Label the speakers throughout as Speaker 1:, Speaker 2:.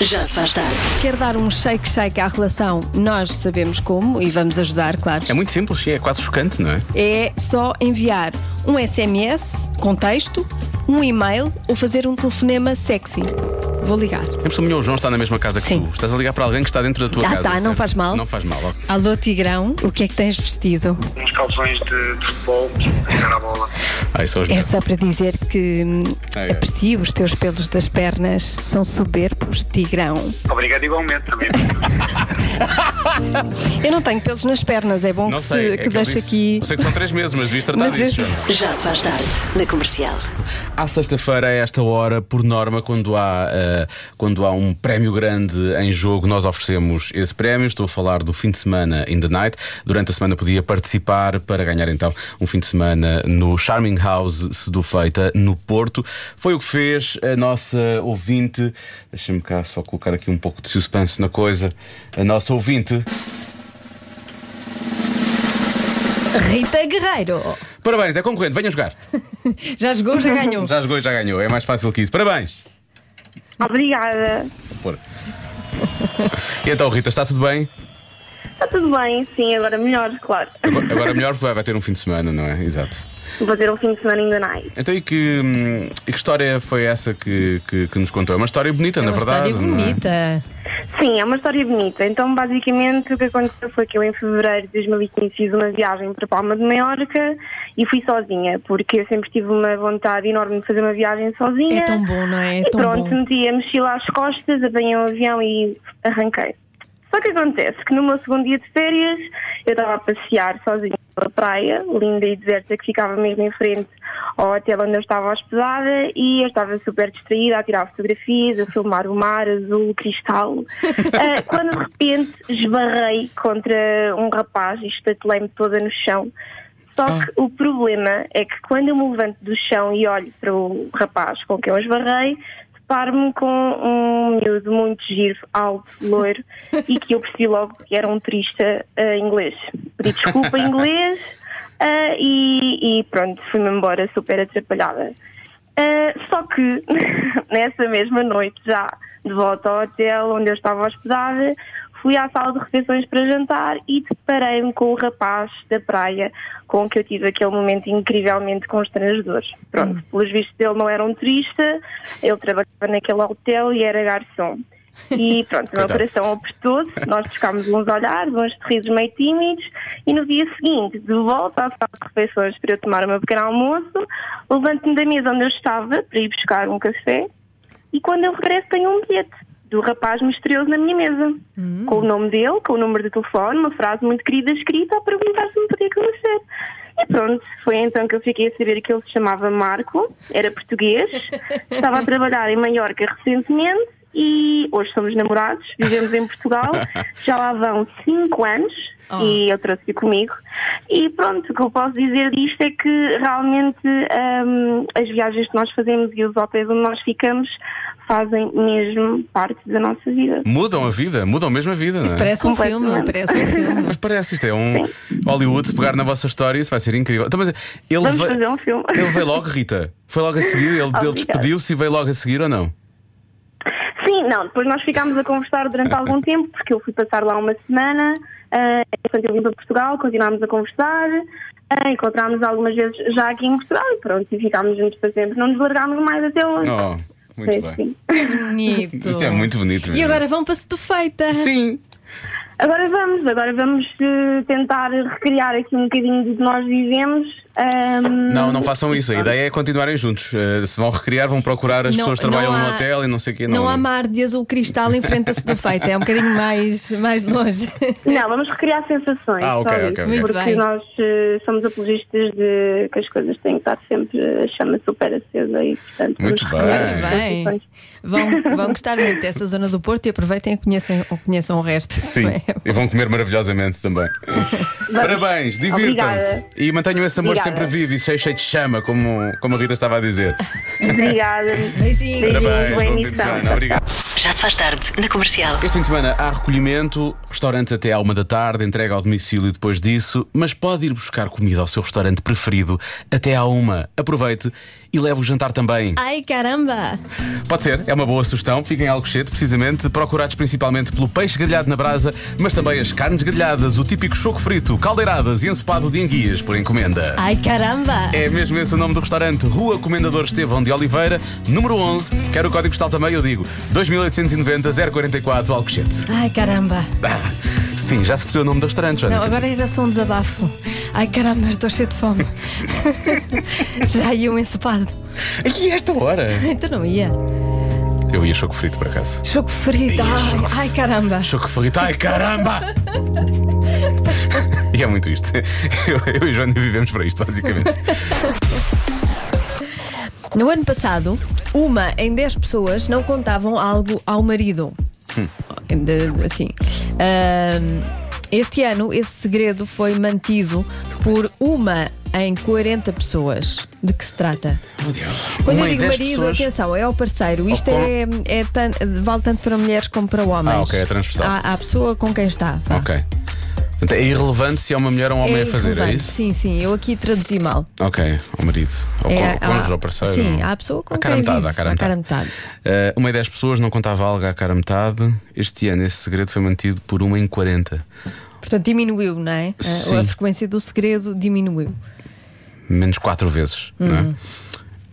Speaker 1: Já se faz tarde.
Speaker 2: Quer dar um shake shake à relação? Nós sabemos como e vamos ajudar, claro.
Speaker 3: É muito simples, sim, é quase chocante, não é?
Speaker 2: É só enviar um SMS com texto, um e-mail ou fazer um telefonema sexy. Vou ligar.
Speaker 3: Sempre melhor o João está na mesma casa que
Speaker 2: Sim.
Speaker 3: tu. Estás a ligar para alguém que está dentro da tua
Speaker 2: Ah,
Speaker 3: casa.
Speaker 2: tá, não
Speaker 3: certo?
Speaker 2: faz mal.
Speaker 3: Não faz mal, ok.
Speaker 2: Alô, Tigrão, o que é que tens vestido?
Speaker 4: uns calções de, de futebol, jogar a bola.
Speaker 3: Ai, são Ah, os
Speaker 2: É
Speaker 3: melhores.
Speaker 2: só para dizer que hum,
Speaker 3: Ai, ai.
Speaker 2: aprecio os teus pelos das pernas, são soberbos, Tigrão.
Speaker 4: Obrigado igualmente também.
Speaker 2: Eu não tenho pelos nas pernas, é bom
Speaker 3: Não
Speaker 2: que,
Speaker 3: sei,
Speaker 2: se,
Speaker 3: é
Speaker 2: que
Speaker 3: que eu
Speaker 2: deixe
Speaker 3: disse-
Speaker 2: aqui.
Speaker 3: Eu sei que são três meses, mas devias tratar
Speaker 2: Mas é-
Speaker 3: disso,
Speaker 2: eu-
Speaker 3: João.
Speaker 1: Já se faz tarde. Na comercial.
Speaker 3: À sexta-feira, a esta hora, por norma, quando há, eh, quando há um prémio grande em jogo, nós oferecemos esse prémio. Estou a falar do fim de semana in the night. Durante a semana podia participar para ganhar então um fim de semana no Charming House Sedu Feita, no Porto. Foi o que fez a nossa ouvinte. Deixa-me cá só colocar aqui um pouco de suspense na coisa. A nossa ouvinte. tá-
Speaker 5: Rita Guerreiro.
Speaker 3: Parabéns, é concorrente, venha jogar.
Speaker 5: Já jogou, já ganhou.
Speaker 3: Já jogou e já ganhou. É mais fácil que isso. Parabéns!
Speaker 6: Obrigada.
Speaker 3: Vou pôr. E então, Rita, está tudo bem?
Speaker 6: Está tudo bem, sim, agora melhor, claro.
Speaker 3: Agora- Agora melhor vai vai ter um fim de semana, não é? Exato.
Speaker 6: Vou ter um fim de semana ainda night.
Speaker 3: Então, e que, hum, e que história foi essa que, que, que nos contou? É uma história bonita,
Speaker 5: É
Speaker 3: na
Speaker 5: uma
Speaker 3: verdade.
Speaker 5: história
Speaker 3: não é?
Speaker 5: bonita.
Speaker 6: Sim, é uma história bonita. Então, basicamente, o que aconteceu foi que eu, em fevereiro de 2015, fiz uma viagem para Palma de Maiorca e fui sozinha, porque eu sempre tive uma vontade enorme de fazer uma viagem sozinha.
Speaker 5: É tão bom, não é? É
Speaker 6: e
Speaker 5: tão
Speaker 6: pronto,
Speaker 5: bom.
Speaker 6: meti a mochila às costas, apanhei um avião e arranquei. Só que acontece que no meu segundo dia de férias, eu estava a passear sozinha pela praia, linda e deserta, que ficava mesmo em frente ao hotel onde eu estava hospedada, e eu estava super distraída a tirar fotografias, a filmar o mar azul, o cristal. Ah, quando de repente esbarrei contra um rapaz e estatelei-me toda no chão. Só que o problema é que quando eu me levanto do chão e olho para o rapaz com quem eu esbarrei, deparo-me com um miúdo muito giro, alto, loiro, e que eu percebi logo que era um turista eh, inglês. Pedi desculpa em inglês eh, e, e pronto, fui-me embora super atrapalhada. Eh, só que nessa mesma noite, já de volta ao hotel onde eu estava hospedada, fui à sala de refeições para jantar e deparei-me com o rapaz da praia com que eu tive aquele momento incrivelmente constrangedor. Pronto, pelos vistos ele não era um turista, ele trabalhava naquele hotel e era garçom. E pronto, o meu
Speaker 3: Coitado.
Speaker 6: coração apertou-se, nós trocámos uns olhares, uns sorrisos meio tímidos, e no dia seguinte, de volta à sala de refeições para eu tomar o meu pequeno almoço, levanto-me da mesa onde eu estava para ir buscar um café, e quando eu regresso tenho um bilhete do rapaz misterioso na minha mesa, com o nome dele, com o número de telefone, uma frase muito querida escrita a perguntar se me podia conhecer. E pronto, foi então que eu fiquei a saber que ele se chamava Marco, era português, estava a trabalhar em Maiorca recentemente e hoje somos namorados, vivemos em Portugal, já lá vão 5 anos e eu trouxe-o comigo. E pronto, o que eu posso dizer disto é que realmente hum, as viagens que nós fazemos e os hotéis onde nós ficamos fazem mesmo parte da nossa vida.
Speaker 3: Mudam a vida, mudam mesmo a vida, não é?
Speaker 5: Parece um filme,
Speaker 6: Completamente.
Speaker 5: parece um filme.
Speaker 3: Mas parece, isto é um Hollywood, se pegar na vossa história, isso vai ser incrível. Então, mas ele
Speaker 6: Vamos
Speaker 3: veio-
Speaker 6: fazer um filme.
Speaker 3: Ele veio logo, Rita. Foi logo a seguir, ele, ele
Speaker 6: Obrigada.
Speaker 3: despediu-se e veio logo a seguir ou não?
Speaker 6: Sim, não, depois nós ficámos a conversar durante algum tempo, porque eu fui passar lá uma semana, ah, enquanto eu vim para Portugal, continuámos a conversar, ah, encontrámos algumas vezes já aqui em Portugal e pronto, e ficámos juntos para sempre. Não nos largámos mais até hoje.
Speaker 3: Oh, muito
Speaker 6: Foi
Speaker 3: bem.
Speaker 6: assim.
Speaker 5: Bonito.
Speaker 3: Isto é muito bonito mesmo.
Speaker 5: E agora vão para Setufeita.
Speaker 3: Sim.
Speaker 6: Agora vamos, agora vamos eh, tentar recriar aqui um bocadinho do que nós vivemos. ahm,
Speaker 3: Não, não façam isso. A ideia é continuarem juntos. Eh, se vão recriar, vão procurar as
Speaker 5: Não-
Speaker 3: pessoas que trabalham
Speaker 5: não há-
Speaker 3: no hotel e não sei o quê.
Speaker 5: Não há mar de azul cristal em frente a Setufeita. É um bocadinho mais, mais longe.
Speaker 6: Não, vamos recriar sensações.
Speaker 3: Ah, ok, ok,
Speaker 6: só isso,
Speaker 3: ok.
Speaker 5: Muito
Speaker 6: Porque
Speaker 5: bem.
Speaker 6: nós eh, somos apologistas de que as coisas têm que estar sempre a chama super acesa e, portanto,
Speaker 3: Muito
Speaker 6: vamos
Speaker 3: bem.
Speaker 6: recriar
Speaker 5: Muito
Speaker 6: essas
Speaker 5: bem.
Speaker 6: sensações.
Speaker 5: Vão, vão gostar muito dessa zona do Porto e aproveitem e conheçam, ou conheçam o resto. é?
Speaker 3: Sim,
Speaker 6: é?
Speaker 3: e vão comer maravilhosamente também. Parabéns, divirtam-se.
Speaker 6: Obrigada.
Speaker 3: E mantenham esse amor
Speaker 6: Obrigada.
Speaker 3: sempre vivo e cheio, cheio de chama, como, como a Rita estava a dizer.
Speaker 6: Obrigada.
Speaker 5: Beijinhos.
Speaker 6: Beijinhos,
Speaker 3: Parabéns,
Speaker 6: boa
Speaker 3: bom fim de
Speaker 6: emissão.
Speaker 3: semana. Obrigado.
Speaker 1: Já se faz tarde na comercial.
Speaker 3: Este fim de semana há recolhimento, restaurantes até à uma da tarde, entrega ao domicílio depois disso, mas pode ir buscar comida ao seu restaurante preferido até à uma. Aproveite e leve o jantar também.
Speaker 5: Ai caramba!
Speaker 3: Pode ser, é uma boa sugestão. Fiquem algo cedo, precisamente, procurados principalmente pelo peixe grelhado na brasa, mas também as carnes grelhadas, o típico choco frito, caldeiradas e ensopado de enguias por encomenda.
Speaker 5: Ai caramba!
Speaker 3: É mesmo esse o nome do restaurante, Rua Comendador Estevão de Oliveira, número 11. Quero o código postal também, eu digo 2890-044 Alcochete.
Speaker 5: Ai caramba!
Speaker 3: Ah, sim, já se percebeu o nome do restaurante, Joana.
Speaker 5: Não, agora era só um desabafo. Ai caramba, estou cheio de fome. Já ia um ensopado.
Speaker 3: E esta hora?
Speaker 5: Então não ia.
Speaker 3: Eu ia choco frito, por acaso.
Speaker 5: Choco frito.
Speaker 3: Ia
Speaker 5: ai,
Speaker 3: choco-
Speaker 5: ai caramba!
Speaker 3: Choco frito, ai caramba! E é muito isto. Eu, eu e Joana vivemos para isto, basicamente.
Speaker 5: No ano passado, uma em 10 pessoas não contavam algo ao marido.
Speaker 3: Hum.
Speaker 5: De- Assim. Ahm, este ano, esse segredo foi mantido por uma em 40 pessoas. De que se trata?
Speaker 3: Meu Deus.
Speaker 5: Quando
Speaker 3: Uma
Speaker 5: eu
Speaker 3: em
Speaker 5: digo
Speaker 3: dez
Speaker 5: marido,
Speaker 3: pessoas-
Speaker 5: atenção, é ao parceiro. Isto
Speaker 3: com-
Speaker 5: é, é tan- vale tanto para mulheres como para homens.
Speaker 3: Ah, ok, é transversal.
Speaker 5: À, à pessoa com quem está. vá.
Speaker 3: Ok. Portanto, é irrelevante se é uma mulher ou um homem a fazer, é
Speaker 5: irrelevante.
Speaker 3: isso?
Speaker 5: Sim, sim, eu aqui traduzi mal.
Speaker 3: Ok, ao marido. Ao
Speaker 5: É,
Speaker 3: con- cônjuge,
Speaker 5: à-
Speaker 3: ao parceiro.
Speaker 5: sim, à pessoa com
Speaker 3: à cara
Speaker 5: quem
Speaker 3: metade,
Speaker 5: vive,
Speaker 3: à cara metade.
Speaker 5: à cara metade.
Speaker 3: Eh, uma em 10 pessoas não contava algo à cara metade. Este ano esse segredo foi mantido por uma em 40.
Speaker 5: Portanto, diminuiu, não é? A-
Speaker 3: Sim.
Speaker 5: A frequência do segredo diminuiu.
Speaker 3: Menos 4 vezes,
Speaker 5: Hum.
Speaker 3: não é?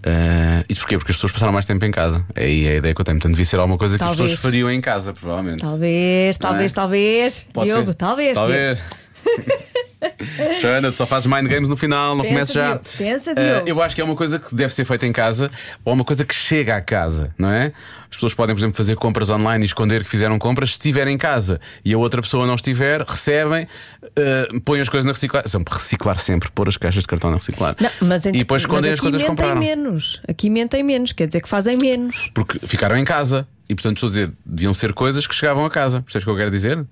Speaker 3: Eh, isto porquê? Porque as pessoas passaram mais tempo em casa. É aí a ideia que eu tenho. Portanto, devia ser alguma coisa que as
Speaker 5: Talvez.
Speaker 3: pessoas fariam em casa, provavelmente.
Speaker 5: Talvez, talvez,
Speaker 3: é?
Speaker 5: talvez.
Speaker 3: Pode
Speaker 5: Diogo,
Speaker 3: ser?
Speaker 5: talvez. Diogo.
Speaker 3: Talvez. Joana, tu só fazes mind games no final, não
Speaker 5: Pensa,
Speaker 3: comeces já.
Speaker 5: Diogo, pensa,
Speaker 3: Eh,
Speaker 5: Diogo.
Speaker 3: eu acho que é uma coisa que deve ser feita em casa ou é uma coisa que chega à casa, não é? As pessoas podem, por exemplo, fazer compras online e esconder que fizeram compras se estiverem em casa e a outra pessoa não estiver, recebem, eh, põem as coisas na reciclagem. Sempre Reciclar sempre, pôr as caixas de cartão na reciclagem.
Speaker 5: Não, mas ent-
Speaker 3: e depois
Speaker 5: mas
Speaker 3: escondem as
Speaker 5: aqui
Speaker 3: coisas que
Speaker 5: mentem
Speaker 3: compraram.
Speaker 5: menos. Aqui mentem menos, quer dizer que fazem menos.
Speaker 3: Porque ficaram em casa e, portanto, estou a dizer, deviam ser coisas que chegavam a casa. Percebes o que eu quero dizer?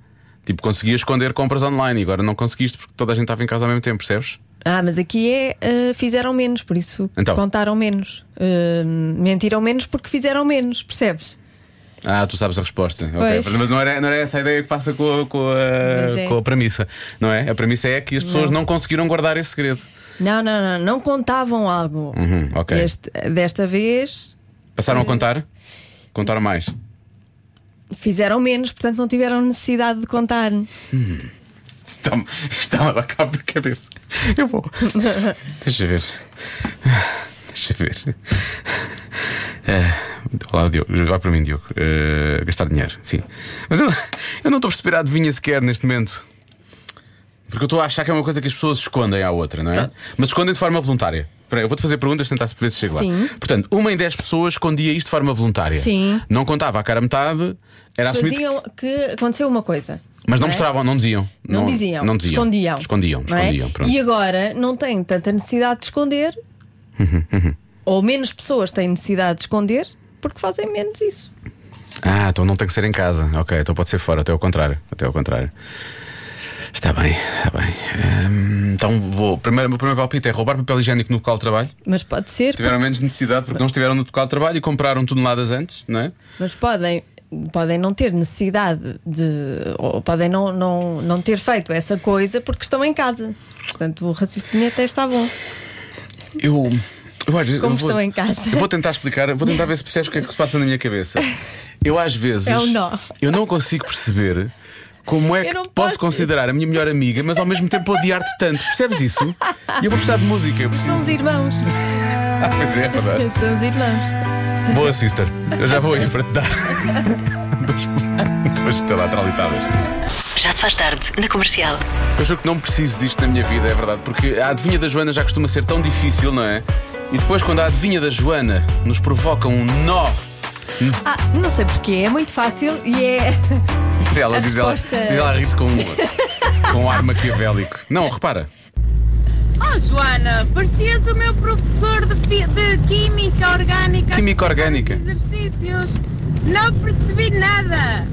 Speaker 3: Tipo, conseguias esconder compras online e agora não conseguiste porque toda a gente estava em casa ao mesmo tempo, percebes?
Speaker 5: Ah, mas aqui é ah, fizeram menos, por isso
Speaker 3: Então.
Speaker 5: contaram menos. Ah, mentiram menos porque fizeram menos, percebes?
Speaker 3: Ah, tu sabes a resposta. Ok.
Speaker 5: Pois.
Speaker 3: Mas não era, não era essa a ideia que passa com a, com, a,
Speaker 5: Mas é.
Speaker 3: com a premissa, não é? A premissa é que as pessoas não, conseguiram guardar esse segredo.
Speaker 5: Não, não, não, não contavam algo.
Speaker 3: Uhum, ok.
Speaker 5: Este- desta vez
Speaker 3: Passaram a contar? Contaram mais.
Speaker 5: fizeram menos, portanto não tiveram necessidade de contar.
Speaker 3: Está-me está a dar cabo da cabeça. Eu vou. Deixa eu ver. Deixa eu ver. É, olá, Diogo. Vai para mim, Diogo. É, gastar dinheiro, sim. Mas eu, eu não estou a perceber a adivinha sequer neste momento. Porque eu estou a achar que é uma coisa que as pessoas escondem à outra, não é?
Speaker 5: Tá.
Speaker 3: Mas escondem de forma voluntária. Espera aí, eu vou-te fazer perguntas, tentar ver se chego lá.
Speaker 5: Sim.
Speaker 3: Portanto, uma em dez pessoas escondia isto de forma voluntária.
Speaker 5: Sim.
Speaker 3: Não contava a cara a metade, era assumido que
Speaker 5: Faziam que aconteceu uma coisa.
Speaker 3: mas não
Speaker 5: é?
Speaker 3: mostravam, não diziam.
Speaker 5: Não, diziam,
Speaker 3: Não diziam.
Speaker 5: escondiam.
Speaker 3: Escondiam,
Speaker 5: não é?
Speaker 3: escondiam, pronto.
Speaker 5: E agora não têm tanta necessidade de esconder,
Speaker 3: Uhum,
Speaker 5: ou menos pessoas têm necessidade de esconder, porque fazem menos isso.
Speaker 3: Ah, então não tem que ser em casa. Ok, então pode ser fora, até ao contrário. Até ao contrário. Está bem, está bem. Hum, então vou. Primeiro, o meu primeiro palpite é roubar papel higiênico no local de trabalho.
Speaker 5: Mas pode ser,
Speaker 3: Tiveram menos necessidade porque não estiveram no local de trabalho e compraram toneladas antes, não é?
Speaker 5: mas podem. Podem não ter necessidade de. ou podem não, não, não ter feito essa coisa porque estão em casa. Portanto, o raciocínio até está bom.
Speaker 3: Eu. eu às vezes-
Speaker 5: Como
Speaker 3: eu vou-
Speaker 5: estão em casa.
Speaker 3: Eu vou tentar explicar, vou tentar ver se percebes o que é que se passa na minha cabeça. Eu às vezes.
Speaker 5: É um nó.
Speaker 3: Eu não consigo perceber como é
Speaker 5: Eu
Speaker 3: que
Speaker 5: não
Speaker 3: posso,
Speaker 5: posso.
Speaker 3: considerar a minha melhor amiga, mas ao mesmo tempo odiar-te tanto. Percebes isso? E eu vou precisar de música. Eu preciso.
Speaker 5: São os irmãos.
Speaker 3: Ah, pois é, é verdade.
Speaker 5: São os irmãos.
Speaker 3: Boa, sister. Eu já vou aí para te dar. duas- Duas talatralitadas.
Speaker 1: Já se faz tarde na comercial.
Speaker 3: Eu juro que não preciso disto na minha vida, é verdade, porque a adivinha da Joana já costuma ser tão difícil, não é? E depois, quando a adivinha da Joana nos provoca um nó
Speaker 5: Ah, não sei porquê, é muito fácil e é.
Speaker 3: dela,
Speaker 5: A
Speaker 3: diz ela, diz
Speaker 5: resposta-
Speaker 3: ela a rir-se com, um- com um ar maquiavélico. Não, repara.
Speaker 7: Oh, Joana, parecias o meu professor de, fi- de Química Orgânica. a
Speaker 3: Química
Speaker 7: explicar
Speaker 3: orgânica.
Speaker 7: os Exercícios. Não percebi nada.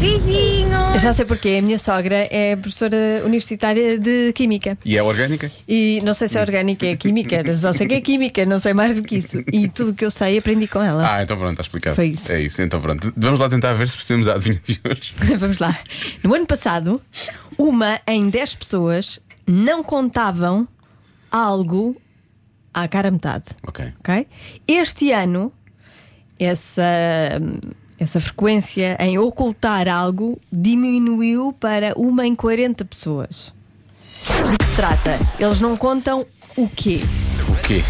Speaker 7: Beijinhos.
Speaker 5: Eu já sei porquê, a minha sogra é professora universitária de Química.
Speaker 3: E é orgânica?
Speaker 5: E não sei se é orgânica, é química, só sei que é química, não sei mais do que isso. E tudo o que eu sei aprendi com ela.
Speaker 3: Ah, então pronto, está explicado.
Speaker 5: Foi isso.
Speaker 3: É isso, então pronto. Vamos lá tentar ver se percebemos a adivinha de hoje.
Speaker 5: Vamos lá. No ano passado, uma em 10 pessoas não contavam algo à cara metade.
Speaker 3: Ok.
Speaker 5: ok? Este ano, essa, essa frequência em ocultar algo diminuiu para uma em 40 pessoas. De que se trata? Eles não contam o quê?
Speaker 3: O quê?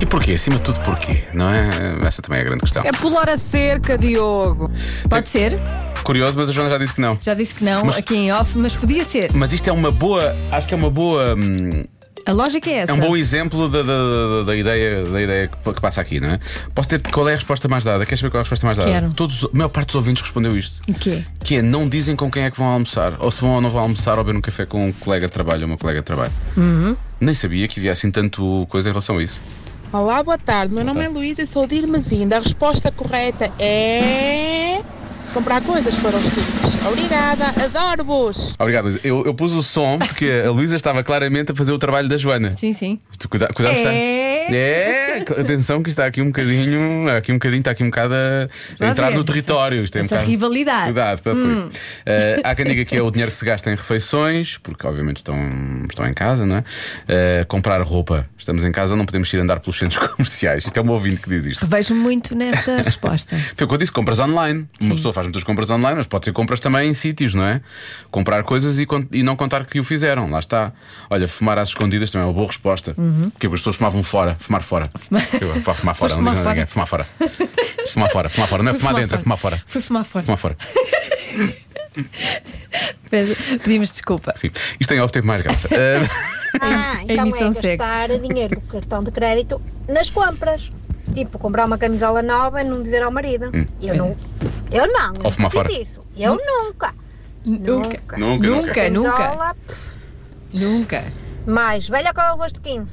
Speaker 3: E porquê? Acima de tudo, porquê? Não é? Essa também é a grande questão. É
Speaker 7: É pular a cerca, Diogo.
Speaker 5: Pode ser?
Speaker 3: Curioso, mas a Joana já disse que não.
Speaker 5: Já disse que não
Speaker 3: Mas-
Speaker 5: aqui em off, mas podia ser.
Speaker 3: Mas isto é uma boa. Acho que é uma boa. hum,
Speaker 5: A lógica é essa.
Speaker 3: É um bom exemplo da, da- da- da ideia, da ideia que, que passa aqui, não é? Posso ter qual é a resposta mais dada? Queres saber qual é a resposta mais dada?
Speaker 5: Quero.
Speaker 3: Todos, a maior parte dos ouvintes respondeu isto.
Speaker 5: O quê?
Speaker 3: Que é não dizem com quem é que vão almoçar, ou se vão ou não vão almoçar ou beber um café com um colega de trabalho ou uma colega de trabalho. Nem sabia que havia assim tanto coisa em relação a isso.
Speaker 8: Olá, boa tarde. Meu nome é
Speaker 3: tarde.
Speaker 8: Luísa e sou de Irmezinda. A resposta correta é. comprar coisas para os filhos. Obrigada, adoro-vos!
Speaker 3: Obrigado, Luísa. Eu, eu pus o som porque a Luísa estava claramente a fazer o trabalho da Joana.
Speaker 5: Sim, sim.
Speaker 3: Isto, cuida- cuidado, está. É, atenção que está aqui um bocadinho, aqui um bocadinho, está aqui um bocado a, a
Speaker 5: Já
Speaker 3: entrar
Speaker 5: vê,
Speaker 3: no
Speaker 5: essa-
Speaker 3: território. Isto é um
Speaker 5: essa
Speaker 3: bocado-
Speaker 5: rivalidade. Hum.
Speaker 3: Cuidado, cuidado com isso. Eh, há quem diga que é o dinheiro que se gasta em refeições, porque obviamente estão, estão em casa, não é? Eh, comprar roupa. Estamos em casa, não podemos ir andar pelos centros comerciais. Isto é um ouvinte que diz isto.
Speaker 5: Revejo muito nessa resposta.
Speaker 3: Foi o que eu disse, compras online. Uma pessoa faz muitas compras online, mas pode ser compras também em sítios, não é? Comprar coisas e, con- e não contar que o fizeram, lá está. Olha, fumar às escondidas também é uma boa resposta. Porque as pessoas fumavam fora, fumar fora. Eu, vá fumar fora,
Speaker 5: Uhum. Foste
Speaker 3: não digo
Speaker 5: fumar
Speaker 3: a ninguém, fumar fora. Fumar fora, fumar fora, não é
Speaker 5: Fui
Speaker 3: fumar dentro, é fumar fora.
Speaker 5: Fui fumar fora.
Speaker 3: Fumar fora.
Speaker 5: Pedimos desculpa.
Speaker 3: Sim. Isto em off teve mais graça. Ah,
Speaker 9: Ah, então
Speaker 5: emissão
Speaker 9: é
Speaker 5: segue.
Speaker 9: gastar dinheiro do cartão de crédito nas compras. Tipo, comprar uma camisola nova e não dizer ao marido.
Speaker 10: Hum.
Speaker 9: Eu não. Eu não.
Speaker 3: Ou fumar
Speaker 9: eu
Speaker 3: fora.
Speaker 9: fiz isso. Eu nunca.
Speaker 5: Hum.
Speaker 9: Nunca.
Speaker 5: Nunca.
Speaker 3: Nunca, nunca.
Speaker 5: Nunca, nunca.
Speaker 9: Camisola, pff,
Speaker 5: Nunca.
Speaker 9: Mais velha com arroz de 15.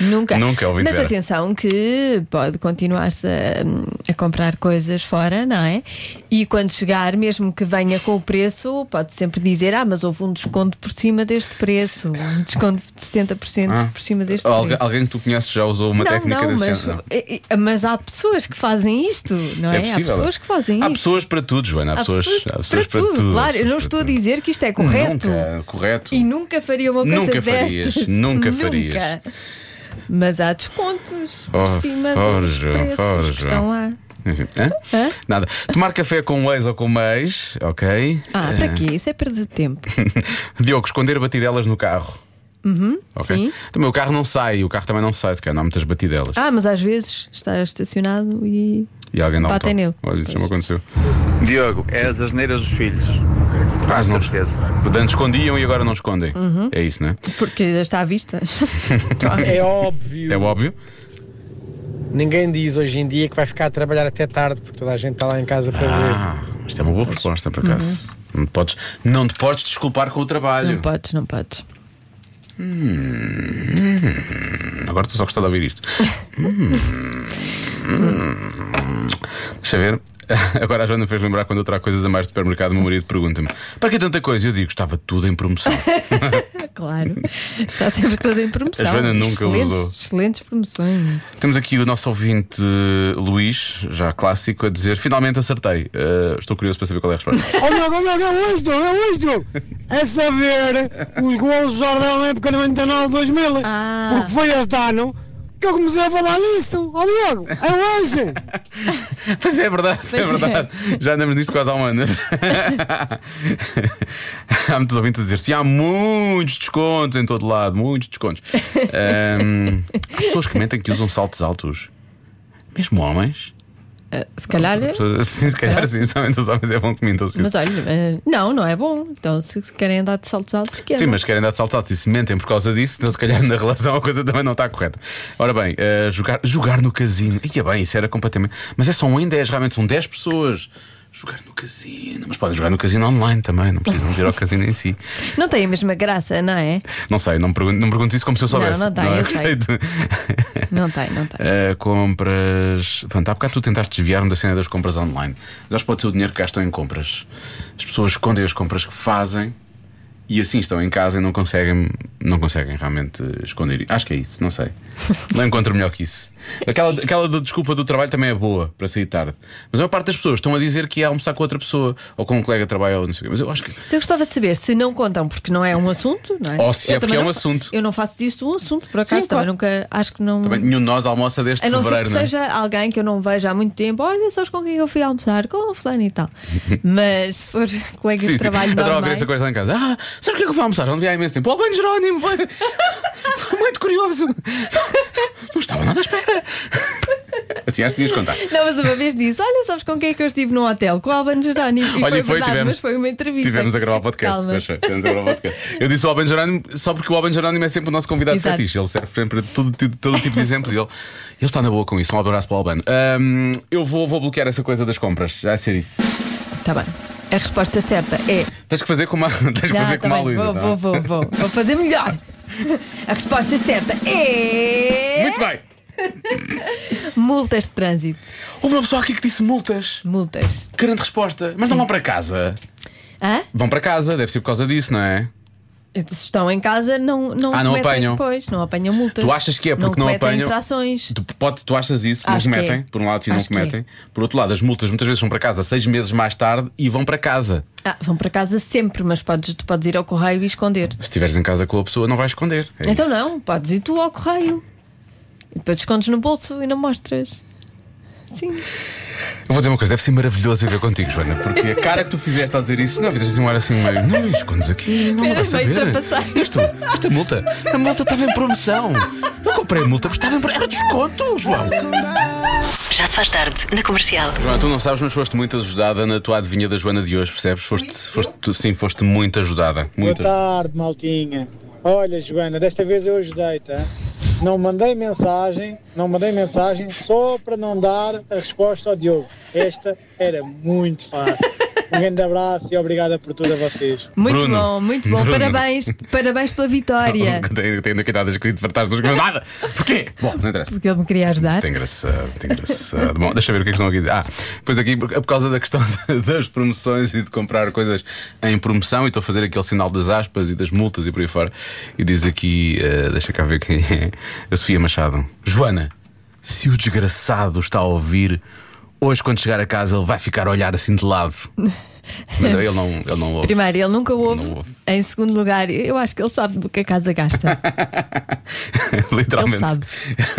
Speaker 5: Nunca.
Speaker 3: Nunca, ouvinte
Speaker 5: Mas
Speaker 3: Vera.
Speaker 5: atenção que pode continuar-se a, hum, a comprar coisas fora, não é? E quando chegar, mesmo que venha com o preço, pode sempre dizer: Ah, mas houve um desconto por cima deste preço. Um desconto de 70%
Speaker 3: ah.
Speaker 5: por cima deste
Speaker 3: Algu-
Speaker 5: preço.
Speaker 3: Alguém que tu conheces já usou uma
Speaker 5: não,
Speaker 3: técnica
Speaker 5: não,
Speaker 3: desse
Speaker 5: mas,
Speaker 3: género? Não.
Speaker 5: é- é- mas há pessoas que fazem isto, não é? há
Speaker 3: possível.
Speaker 5: pessoas que fazem
Speaker 3: Há
Speaker 5: isto.
Speaker 3: pessoas para tudo, Joana. Há, pessoas, há pessoas para, tudo. há
Speaker 5: Claro, eu
Speaker 3: pessoas
Speaker 5: não
Speaker 3: para
Speaker 5: estou a
Speaker 3: tudo.
Speaker 5: dizer que isto é correto.
Speaker 3: Nunca, correto.
Speaker 5: E nunca faria uma coisa
Speaker 3: Nunca
Speaker 5: destas.
Speaker 3: farias, nunca farias.
Speaker 5: Mas há descontos por
Speaker 3: Oh,
Speaker 5: cima
Speaker 3: oh,
Speaker 5: dos
Speaker 3: João,
Speaker 5: preços
Speaker 3: oh,
Speaker 5: que
Speaker 3: João.
Speaker 5: estão lá.
Speaker 3: Enfim, hã?
Speaker 5: Hã?
Speaker 3: Nada. Tomar café com um ex ou com uma ex, ok?
Speaker 5: Ah, para quê? Isso é perda de tempo.
Speaker 3: Diogo, esconder batidelas no carro. Uhum,
Speaker 5: sim.
Speaker 3: Também o carro não sai, o carro também não sai, se calhar não há muitas batidelas.
Speaker 5: Ah, mas às vezes está estacionado e.
Speaker 3: E alguém dá um
Speaker 5: batem nele.
Speaker 3: toque. Olha, isso já me aconteceu.
Speaker 4: Diogo, é as asneiras dos filhos.
Speaker 3: Ah, não-
Speaker 4: certeza.
Speaker 3: Portanto, escondiam e agora não escondem.
Speaker 5: Uhum.
Speaker 3: É isso, não é?
Speaker 5: Porque está à vista.
Speaker 11: É óbvio.
Speaker 3: É óbvio.
Speaker 11: Ninguém diz hoje em dia que vai ficar a trabalhar até tarde, porque toda a gente está lá em casa para ver.
Speaker 3: Ah, isto é uma boa resposta, por acaso.
Speaker 5: Uhum.
Speaker 3: Não, te podes, não te podes desculpar com o
Speaker 5: não
Speaker 3: trabalho.
Speaker 5: podes, não podes.
Speaker 3: Agora estou só gostado de ouvir isto. Hum. Deixa eu ver. Agora a Joana fez lembrar quando eu trago coisas a mais do supermercado, o meu marido pergunta-me: para que tanta coisa? Eu digo: estava tudo em promoção.
Speaker 5: Claro. Está sempre toda em promoção.
Speaker 3: A Joana nunca
Speaker 5: excelentes,
Speaker 3: usou.
Speaker 5: Excelentes promoções.
Speaker 3: Temos aqui o nosso ouvinte eh, Luís, já clássico, a dizer: finalmente acertei. Eh, estou curioso para saber qual é a resposta.
Speaker 11: Oh, Diogo, oh, Diogo, é hoje, Diogo, é hoje, Diogo. É saber os gols do Jordão na época 99, 2000.
Speaker 5: Ah.
Speaker 11: Porque foi este ano que eu comecei a falar nisso. Oh, Diogo, é hoje.
Speaker 3: pois é, é verdade, é
Speaker 5: Pois é.
Speaker 3: verdade. Já andamos nisto quase há um ano. há muitos ouvintes a dizer: sim, há muitos descontos em todo lado, muitos descontos. Ahm, há pessoas que mentem que usam saltos altos, mesmo homens.
Speaker 5: Ah, Se calhar.
Speaker 3: Pessoas- Sim, se calhar, sim, somente os homens é bom que mintam. Sim.
Speaker 5: Mas olha, eh, não, não é bom. Então, se querem andar de saltos altos, que
Speaker 3: Sim,
Speaker 5: andem.
Speaker 3: mas querem dar de salto alto e se mentem por causa disso, então se calhar na relação a coisa também não está correta. Ora bem, eh, jogar, jogar no casino. Ia bem, isso era completamente. Mas é só um em 10, realmente são 10 pessoas. Jogar no casino. Mas podem jogar no casino online também, não precisam de ir ao casino em si.
Speaker 5: Não tem a mesma graça, não é?
Speaker 3: Não sei, não me pergunto, não me pergunto isso como se eu soubesse. é?
Speaker 5: não tem, eu sei.
Speaker 3: sei.
Speaker 5: Não tem, não tem.
Speaker 3: Uh, compras. Pronto, há bocado tu tentaste desviar-me da cena das compras online. Mas acho que pode ser o dinheiro que gastam em compras. As pessoas escondem as compras que fazem e assim estão em casa e não conseguem, não conseguem realmente esconder. Acho que é isso, não sei. Não encontro melhor que isso. Aquela, aquela do- desculpa do trabalho também é boa para sair tarde. Mas a maior parte das pessoas estão a dizer que ia almoçar com outra pessoa ou com um colega de trabalho ou não sei o quê. Mas eu acho que.
Speaker 5: Então eu gostava de saber se não contam porque não é um assunto, não é?
Speaker 3: Ou se é
Speaker 5: Eu também
Speaker 3: porque é
Speaker 5: não
Speaker 3: um
Speaker 5: fa-
Speaker 3: assunto.
Speaker 5: Eu não faço disto um assunto, por acaso
Speaker 3: Sim,
Speaker 5: também
Speaker 3: claro.
Speaker 5: nunca. Acho que não.
Speaker 3: Também nenhum de nós almoça deste
Speaker 5: A não ser
Speaker 3: fevereiro,
Speaker 5: que
Speaker 3: não é?
Speaker 5: seja alguém que eu não vejo há muito tempo, olha, sabes com quem eu fui almoçar? Com o fulano e tal. Mas se for colegas de trabalho
Speaker 3: Adorava ver
Speaker 5: normais,
Speaker 3: essa coisa lá em casa. Ah, sabes o que é que eu vou almoçar? Onde vi há imenso tempo? Ó, bem Jerónimo, foi, foi muito curioso. Não estava nada à espera. Assim, acho que tinhas de contar.
Speaker 5: Não, mas uma vez disse: Olha, sabes com quem é que eu estive no hotel? Com o Alban Jerónimo. E
Speaker 3: Olha,
Speaker 5: foi,
Speaker 3: e foi,
Speaker 5: verdade,
Speaker 3: tivemos-
Speaker 5: mas foi uma entrevista.
Speaker 3: Tivemos a gravar o podcast.
Speaker 5: Calma.
Speaker 3: pois foi, tivemos a gravar o podcast. Eu disse ao Alban Jerónimo só porque o Alban Jerónimo é sempre o nosso convidado
Speaker 5: Exato.
Speaker 3: fetiche. Ele serve sempre para todo, tipo- todo tipo de exemplo. e ele, ele está na boa com isso. Um abraço para o Alban. Ahm, eu vou, vou bloquear essa coisa das compras. Já vai ser isso.
Speaker 5: Tá bem. A resposta certa é.
Speaker 3: Tens que fazer como a, tens que
Speaker 5: Não,
Speaker 3: fazer
Speaker 5: tá
Speaker 3: como a
Speaker 5: bem,
Speaker 3: Luísa.
Speaker 5: vou,
Speaker 3: tá
Speaker 5: vou, vou, vou, vou fazer melhor. A resposta certa é.
Speaker 3: Muito bem.
Speaker 5: Multas de trânsito.
Speaker 3: Houve uma pessoa aqui que disse multas.
Speaker 5: Multas.
Speaker 3: Grande resposta. Mas não vão para casa.
Speaker 5: Hã?
Speaker 3: Vão para casa, deve ser por causa disso, não é?
Speaker 5: Se estão em casa, não, não,
Speaker 3: Ah, não
Speaker 5: cometem
Speaker 3: apanham.
Speaker 5: Depois, não apanham multas.
Speaker 3: Tu achas que é porque não,
Speaker 5: cometem
Speaker 3: apanham?
Speaker 5: infrações.
Speaker 3: Tu, pode, tu achas isso?
Speaker 5: Acho
Speaker 3: não
Speaker 5: que
Speaker 3: cometem,
Speaker 5: é.
Speaker 3: por um lado, sim, não
Speaker 5: Acho que é.
Speaker 3: cometem. Por outro lado, as multas muitas vezes vão para casa seis meses mais tarde e vão para casa.
Speaker 5: Ah, vão para casa sempre, mas podes, tu podes ir ao correio e esconder.
Speaker 3: Se estiveres em casa com a pessoa, não vais esconder. É
Speaker 5: então
Speaker 3: isso.
Speaker 5: não, podes ir tu ao correio. E depois escondes no bolso e não mostras. Sim.
Speaker 3: Eu vou dizer uma coisa, deve ser maravilhoso viver contigo, Joana, porque a cara que tu fizeste ao dizer isso, não, fizeste assim um ar assim meio. Não, escondes aqui, não
Speaker 5: Era
Speaker 3: vais
Speaker 5: meio
Speaker 3: saber.
Speaker 5: trapaceiro.
Speaker 3: Isto, esta multa, a multa estava em promoção. Eu comprei a multa, porque estava em promoção. Era desconto, João.
Speaker 1: Já se faz tarde na comercial.
Speaker 3: Joana, tu não sabes, mas foste muito ajudada na tua adivinha da Joana de hoje, percebes? Foste, foste, tu- sim, foste muito ajudada.
Speaker 11: Boa
Speaker 3: Muito ajudada.
Speaker 11: tarde, maltinha. Olha, Joana, desta vez eu ajudei-te. hã? Não mandei mensagem, não mandei mensagem só para não dar a resposta ao Diogo. Esta era muito fácil. Um grande abraço e obrigada por tudo a vocês.
Speaker 5: Muito
Speaker 3: Bruno.
Speaker 5: bom, muito bom.
Speaker 3: Bruno.
Speaker 5: Parabéns, parabéns pela vitória.
Speaker 3: Tem, tem ainda que estar escrito para trás dos nada. Porquê? Bom, não interessa.
Speaker 5: Porque ele me queria ajudar.
Speaker 3: Tem engraçado, tem engraçado. Bom, deixa eu ver o que é que estão aqui a dizer. Ah, pois aqui, por por causa da questão das promoções e de comprar coisas em promoção, e estou a fazer aquele sinal das aspas e das multas e por aí fora. E diz aqui, eh, deixa cá ver quem é, a Sofia Machado. Joana, se o desgraçado está a ouvir, hoje quando chegar a casa ele vai ficar a olhar assim de lado. Mas ele não, ele não ouve.
Speaker 5: Primeiro, ele nunca ouve.
Speaker 3: Não ouve.
Speaker 5: Em segundo lugar, eu acho que ele sabe do que a casa gasta.
Speaker 3: Literalmente.
Speaker 5: sabe.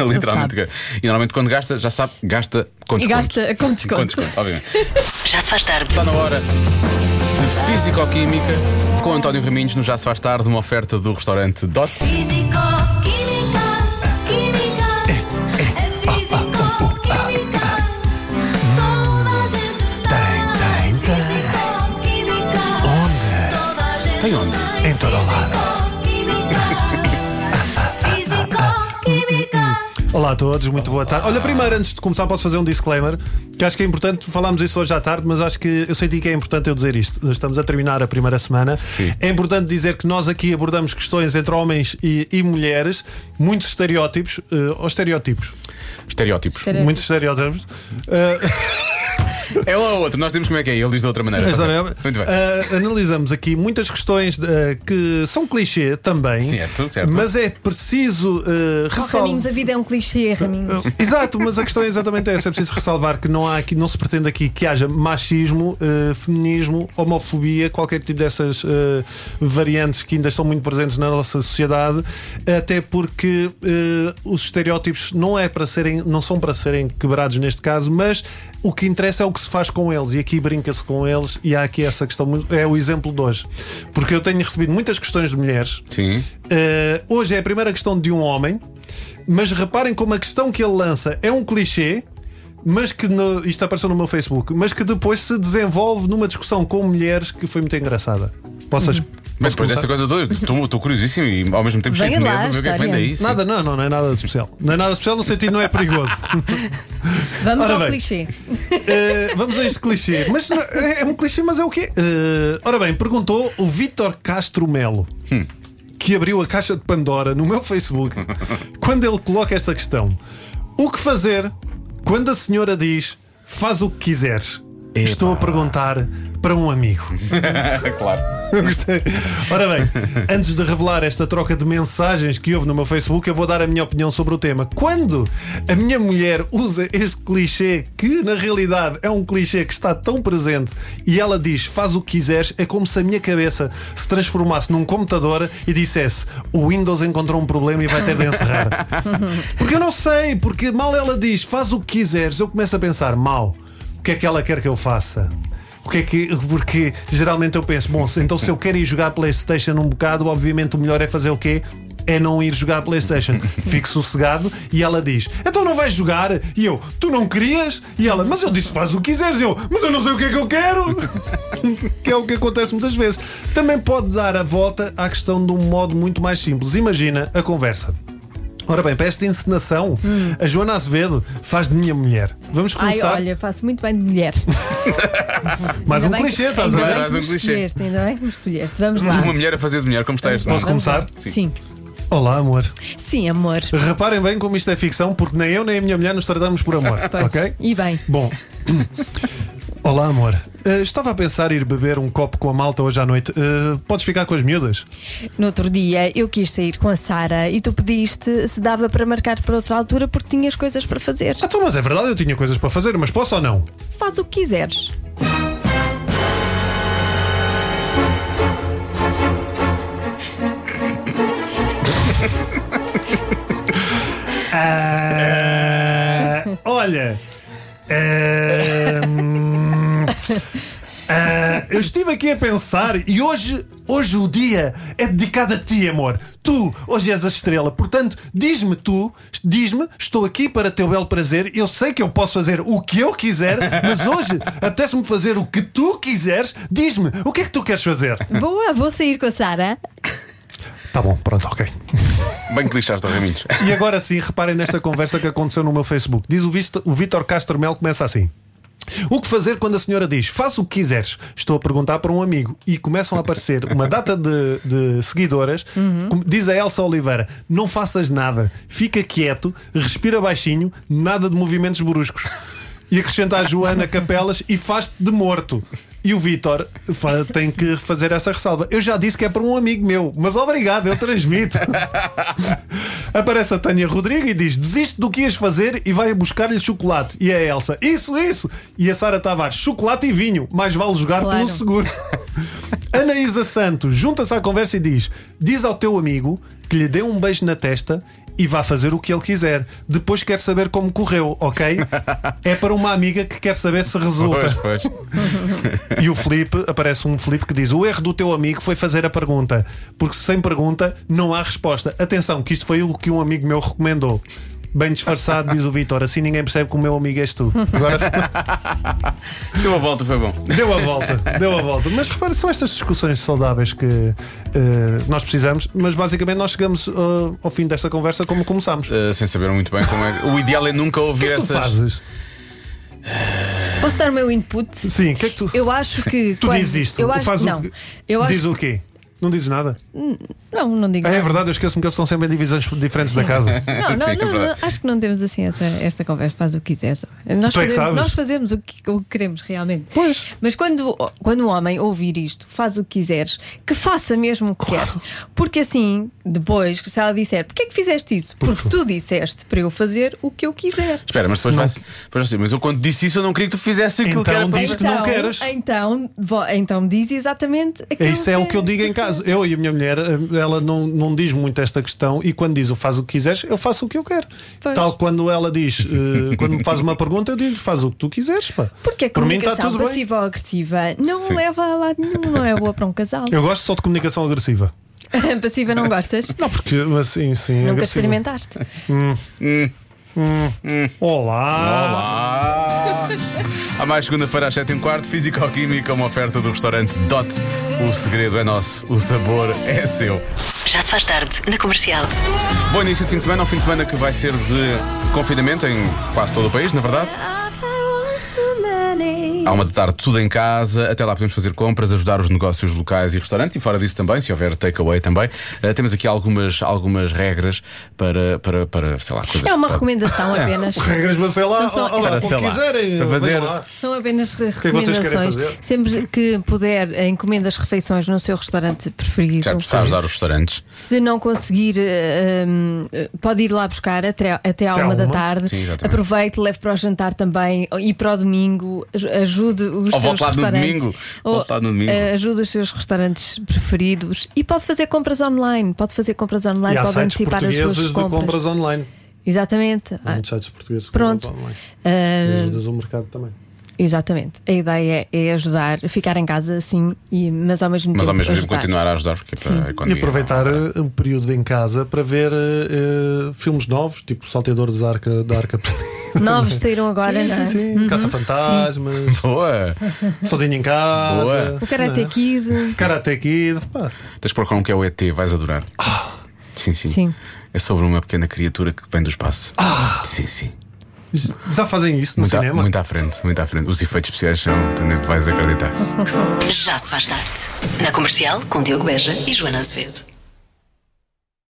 Speaker 3: Literalmente. é. E normalmente quando gasta, já sabe, gasta com
Speaker 5: E
Speaker 3: desconto.
Speaker 5: gasta com desconto.
Speaker 3: Com desconto, obviamente.
Speaker 1: Já se faz tarde.
Speaker 3: Está na hora de Físico-Química com António Raminhos no Já Se Faz Tarde, uma oferta do restaurante Dot.
Speaker 12: Físico, química, química, é físico, química. Toda a gente tem, tem, tem. Físico, química. Onde? Toda a gente
Speaker 3: Tem onde?
Speaker 12: Em todo lado. Físico, química.
Speaker 10: Olá a todos, muito boa tarde. Olha, primeiro, antes de começar, posso fazer um disclaimer, que acho que é importante, falámos isso hoje à tarde, mas acho que eu senti que é importante eu dizer isto. Nós Estamos a terminar a primeira semana.
Speaker 3: Sim.
Speaker 10: É importante dizer que nós aqui abordamos questões entre homens e, e mulheres, muitos estereótipos, eh, ou estereótipos,
Speaker 3: Estereótipos.
Speaker 5: Estere-
Speaker 10: muitos estereótipos. Eh,
Speaker 3: É um ou outro, nós temos como é que é, ele diz de outra maneira.
Speaker 10: Mas,
Speaker 3: Tá bem.
Speaker 10: Daniel,
Speaker 3: Muito bem.
Speaker 10: ah, analisamos aqui muitas questões ah, que são clichê também.
Speaker 3: Certo, certo.
Speaker 10: Mas é preciso uh,
Speaker 5: Oh, Raminhos,
Speaker 10: ressalvar.
Speaker 5: a vida é um clichê, Raminhos.
Speaker 10: Ah, Exato, mas a questão é exatamente essa. É preciso ressalvar que não há aqui, não se pretende aqui que haja machismo, ah, feminismo, homofobia, qualquer tipo dessas ah, variantes que ainda estão muito presentes na nossa sociedade, até porque ah, os estereótipos não é para serem, não são para serem quebrados neste caso, mas o que interessa é o que se faz com eles e aqui brinca-se com eles e há aqui essa questão muito- é o exemplo de hoje. Porque eu tenho recebido muitas questões de mulheres
Speaker 3: Sim.
Speaker 10: Uh, hoje é a primeira questão de um homem, mas reparem como a questão que ele lança é um clichê, mas que no- isto apareceu no meu Facebook, mas que depois se desenvolve numa discussão com mulheres que foi muito engraçada. Posso, ex-
Speaker 3: Mas depois
Speaker 10: começar?
Speaker 3: desta coisa toda, estou estou curiosíssimo e ao mesmo tempo cheio de medo de ver o que é que vem daí. sim.
Speaker 10: Nada, não, não, não é nada de especial. Não é nada de especial no sentido não é perigoso.
Speaker 5: Vamos
Speaker 10: Ora
Speaker 5: ao
Speaker 10: bem.
Speaker 5: clichê.
Speaker 10: Eh, vamos a este clichê. Mas não- é é um clichê, mas é o quê? Eh, ora bem, perguntou o Vítor Castro Melo. Que abriu a caixa de Pandora no meu Facebook quando ele coloca esta questão: O que fazer quando a senhora diz faz o que quiseres? Estou a perguntar para um amigo.
Speaker 3: claro.
Speaker 10: Eu gostei. Ora bem, antes de revelar esta troca de mensagens que houve no meu Facebook, eu vou dar a minha opinião sobre o tema. Quando a minha mulher usa este clichê, que na realidade é um clichê que está tão presente, e ela diz faz o que quiseres, é como se a minha cabeça se transformasse num computador e dissesse o Windows encontrou um problema e vai ter de encerrar. Porque eu não sei, porque mal ela diz faz o que quiseres, eu começo a pensar mal. O que é que ela quer que eu faça? O que é que, porque geralmente eu penso, bom, se- então se eu quero ir jogar Playstation um bocado, obviamente o melhor é fazer o quê? É não ir jogar Playstation. Fico sossegado e ela diz: Então não vais jogar? E eu, tu não querias? E ela, mas eu disse faz o que quiseres, E eu, mas eu não sei o que é que eu quero! que é o que acontece muitas vezes. Também pode dar a volta à questão de um modo muito mais simples. Imagina a conversa. Ora bem, para esta encenação, a Joana Azevedo faz de minha mulher. Vamos
Speaker 5: Hum. Ai,
Speaker 10: começar.
Speaker 5: olha, faço muito bem de mulher.
Speaker 10: Mais
Speaker 5: Ainda
Speaker 10: um
Speaker 5: bem que-
Speaker 10: clichê, estás a
Speaker 5: ainda
Speaker 10: ver?
Speaker 5: bem que
Speaker 3: Mais um
Speaker 5: me
Speaker 3: clichê.
Speaker 5: escolheste, Ainda bem que me escolheste. Vamos lá.
Speaker 3: Uma mulher a fazer de mulher, como está este?
Speaker 10: Posso
Speaker 3: nome?
Speaker 10: começar?
Speaker 5: Sim.
Speaker 10: Olá, amor.
Speaker 5: Sim, amor.
Speaker 10: Reparem bem como isto é ficção, porque nem eu nem a minha mulher nos tratamos por amor,
Speaker 5: Pois.
Speaker 10: ok?
Speaker 5: E bem.
Speaker 10: Bom. Olá, amor. Eh, estava a pensar ir beber um copo com a malta hoje à noite. Eh, podes ficar com as miúdas?
Speaker 5: No outro dia eu quis sair com a Sara e tu pediste se dava para marcar para outra altura porque tinhas coisas para fazer.
Speaker 10: Ah, então, mas é verdade, eu tinha coisas para fazer, mas posso ou não?
Speaker 5: Faz o que quiseres.
Speaker 10: Ah, olha. ah, hum, ah, eu estive aqui a pensar e hoje, hoje o dia é dedicado a ti, amor. Tu hoje és a estrela, portanto, diz-me tu, diz-me, estou aqui para teu belo prazer. Eu sei que eu posso fazer o que eu quiser, mas hoje apetece-me fazer o que tu quiseres. Diz-me, o que é que tu queres fazer?
Speaker 5: Boa, vou sair com a Sara.
Speaker 10: Tá bom, pronto, ok.
Speaker 3: Bem que lixaste, ó, Raminhos.
Speaker 10: E agora sim, reparem nesta conversa que aconteceu no meu Facebook. Diz o Vist- o Vítor Castro Mel começa assim. O que fazer quando a senhora diz faça o que quiseres? Estou a perguntar para um amigo e começam a aparecer uma data de, de seguidoras. Como Diz a Elsa Oliveira: não faças nada, fica quieto, respira baixinho, nada de movimentos bruscos. E acrescenta a Joana Capelas e faz-te de morto. E o Vítor fa- tem que fazer essa ressalva. Eu já disse que é para um amigo meu, mas obrigado, eu transmito. Aparece a Tânia Rodrigues e diz: desiste do que ias fazer e vai buscar-lhe chocolate. E a Elsa: isso, isso. E a Sara Tavares: chocolate e vinho, mais vale jogar
Speaker 5: Claro.
Speaker 10: pelo seguro. Anaísa Santos junta-se à conversa e diz: diz ao teu amigo que lhe dê um beijo na testa. E vá fazer o que ele quiser. Depois quer saber como correu, ok? É para uma amiga que quer saber se resulta.
Speaker 3: Pois, pois.
Speaker 10: E o Felipe, aparece um Felipe que diz: O erro do teu amigo foi fazer a pergunta, porque sem pergunta não há resposta. Atenção, que isto foi o que um amigo meu recomendou. Bem disfarçado, diz o Vitor, assim ninguém percebe que o meu amigo és tu. Agora
Speaker 3: Deu a volta, foi bom.
Speaker 10: deu a volta, deu a volta. Mas repara, são estas discussões saudáveis que eh, nós precisamos, mas basicamente nós chegamos eh, ao fim desta conversa como começámos. O
Speaker 3: Uh, sem saber muito bem como é. O ideal é nunca
Speaker 10: que
Speaker 3: ouvir
Speaker 10: é que tu
Speaker 3: essas.
Speaker 10: fazes?
Speaker 5: Posso dar o meu input?
Speaker 10: Sim, o que é que tu.
Speaker 5: Eu acho que.
Speaker 10: Tu
Speaker 5: quando-
Speaker 10: dizes isto?
Speaker 5: Eu acho,
Speaker 10: faz
Speaker 5: não.
Speaker 10: O... que-
Speaker 5: Eu acho,
Speaker 10: Diz o quê? Não dizes nada?
Speaker 5: Não, não digo.
Speaker 10: É
Speaker 5: nada.
Speaker 10: verdade, eu esqueço-me que eles estão sempre em divisões diferentes da casa.
Speaker 5: Não, não,
Speaker 3: Sim, é
Speaker 5: não,
Speaker 3: verdade.
Speaker 5: não, acho que não temos assim essa, esta conversa, faz o que quiseres. Nós,
Speaker 10: Tu é que
Speaker 5: fazemos,
Speaker 10: sabes.
Speaker 5: nós fazemos o que, o que queremos realmente. Pois. Mas quando, quando um homem ouvir isto, faz o que quiseres, que faça mesmo o que quer. Porque assim, depois, se ela disser, porque é que fizeste isso? Porque tu disseste para eu fazer o que eu quiser.
Speaker 3: Espera, mas depois vai, depois vai ser, Mas eu quando disse isso, eu não queria que tu fizesse aquilo
Speaker 10: Então
Speaker 3: que era
Speaker 10: diz
Speaker 3: para
Speaker 10: que não queres.
Speaker 5: Então, vo- então diz exatamente aquilo
Speaker 10: Isso é o que eu digo em casa. Eu e a minha mulher, eh, ela não, não diz muito esta questão e quando diz o faz o que quiseres, eu faço o que eu quero.
Speaker 5: Pois.
Speaker 10: Tal quando ela diz, eh, quando me faz uma pergunta, eu digo faz o que tu quiseres. Pá.
Speaker 5: Porque a
Speaker 10: Por mim está
Speaker 5: comunicação
Speaker 10: tudo bem.
Speaker 5: passiva ou agressiva não
Speaker 3: Sim.
Speaker 5: leva a lado nenhum, não é boa para um casal.
Speaker 10: Eu gosto só de comunicação agressiva.
Speaker 5: passiva não gostas?
Speaker 10: Não, porque assim, sim.
Speaker 5: Nunca
Speaker 10: agressiva.
Speaker 5: experimentaste.
Speaker 10: Olá!
Speaker 3: Olá! Há mais segunda-feira às 7 h quarto, Físico-Química, uma oferta do restaurante DOT. O segredo é nosso, o sabor é seu.
Speaker 1: Já se faz tarde na comercial.
Speaker 3: Bom início de fim de semana, um fim de semana que vai ser de confinamento em quase todo o país, na verdade. Há uma de tarde tudo em casa, até lá podemos fazer compras, ajudar os negócios locais e restaurantes e fora disso também, se houver takeaway também. eh, temos aqui algumas, algumas regras para, para, para, sei lá, coisas.
Speaker 5: É uma
Speaker 3: para-
Speaker 5: recomendação
Speaker 3: É.
Speaker 5: apenas.
Speaker 10: Regras, mas sei lá,
Speaker 5: Não são-
Speaker 10: ó, ó,
Speaker 3: Para,
Speaker 10: como
Speaker 3: sei lá,
Speaker 10: quiserem.
Speaker 3: para fazer-
Speaker 10: vejam lá.
Speaker 5: São apenas re-
Speaker 10: que é que vocês querem
Speaker 5: recomendações.
Speaker 10: fazer?
Speaker 5: Sempre que puder, eh, encomenda as refeições no seu restaurante preferido.
Speaker 3: Já que está a ajudar os restaurantes.
Speaker 5: Se não conseguir, eh, hum, eh, pode ir lá buscar até, até à
Speaker 3: Até à
Speaker 5: uma da
Speaker 3: uma?
Speaker 5: tarde.
Speaker 3: Sim, exatamente.
Speaker 5: Aproveite, leve para o jantar também e para o domingo. Aj- Ajude os
Speaker 3: Ou
Speaker 5: seus
Speaker 3: volte lá no
Speaker 5: restaurantes.
Speaker 3: domingo. Volte lá no domingo.
Speaker 5: eh, ajude os seus restaurantes preferidos e pode fazer compras online. Pode fazer compras online,
Speaker 10: E há
Speaker 5: pode
Speaker 10: sites
Speaker 5: antecipar as
Speaker 10: portugueses
Speaker 5: suas
Speaker 10: de
Speaker 5: compras.
Speaker 10: compras online.
Speaker 5: Exatamente. Ah,
Speaker 10: Há muitos sites portugueses de
Speaker 5: Pronto.
Speaker 10: compras online.
Speaker 5: Ah,
Speaker 10: E Ajudas o mercado também.
Speaker 5: Exatamente. A ideia é ajudar, ficar em casa assim, e, mas ao mesmo
Speaker 3: Mas
Speaker 5: tempo.
Speaker 3: ao mesmo tempo
Speaker 5: Então, ajudar.
Speaker 3: continuar a ajudar, porque é para a
Speaker 10: E
Speaker 3: economia.
Speaker 10: aproveitar eh, um período em casa para ver eh, eh, filmes novos, tipo Salteadores da Arca. Da Arca
Speaker 5: Novos saíram agora, não
Speaker 10: Sim, sim,
Speaker 5: é?
Speaker 10: sim.
Speaker 5: Uhum.
Speaker 10: Caça-fantasmas.
Speaker 3: é? Boa!
Speaker 10: Sozinho em casa. né?
Speaker 3: Boa.
Speaker 5: O Karate Kid.
Speaker 10: Karate Kid. Pá.
Speaker 3: Tens de procurar um que é o ET, vais adorar. Sim, sim,
Speaker 5: Sim.
Speaker 3: É sobre uma pequena criatura que vem do espaço. Sim, sim.
Speaker 10: Já fazem isso Ah! no
Speaker 3: muito, à,
Speaker 10: cinema?
Speaker 3: muito à frente, muito à frente. Os efeitos especiais são, tu nem vais acreditar.
Speaker 1: Já se faz tarde na comercial com Diogo Beja e Joana Azevedo.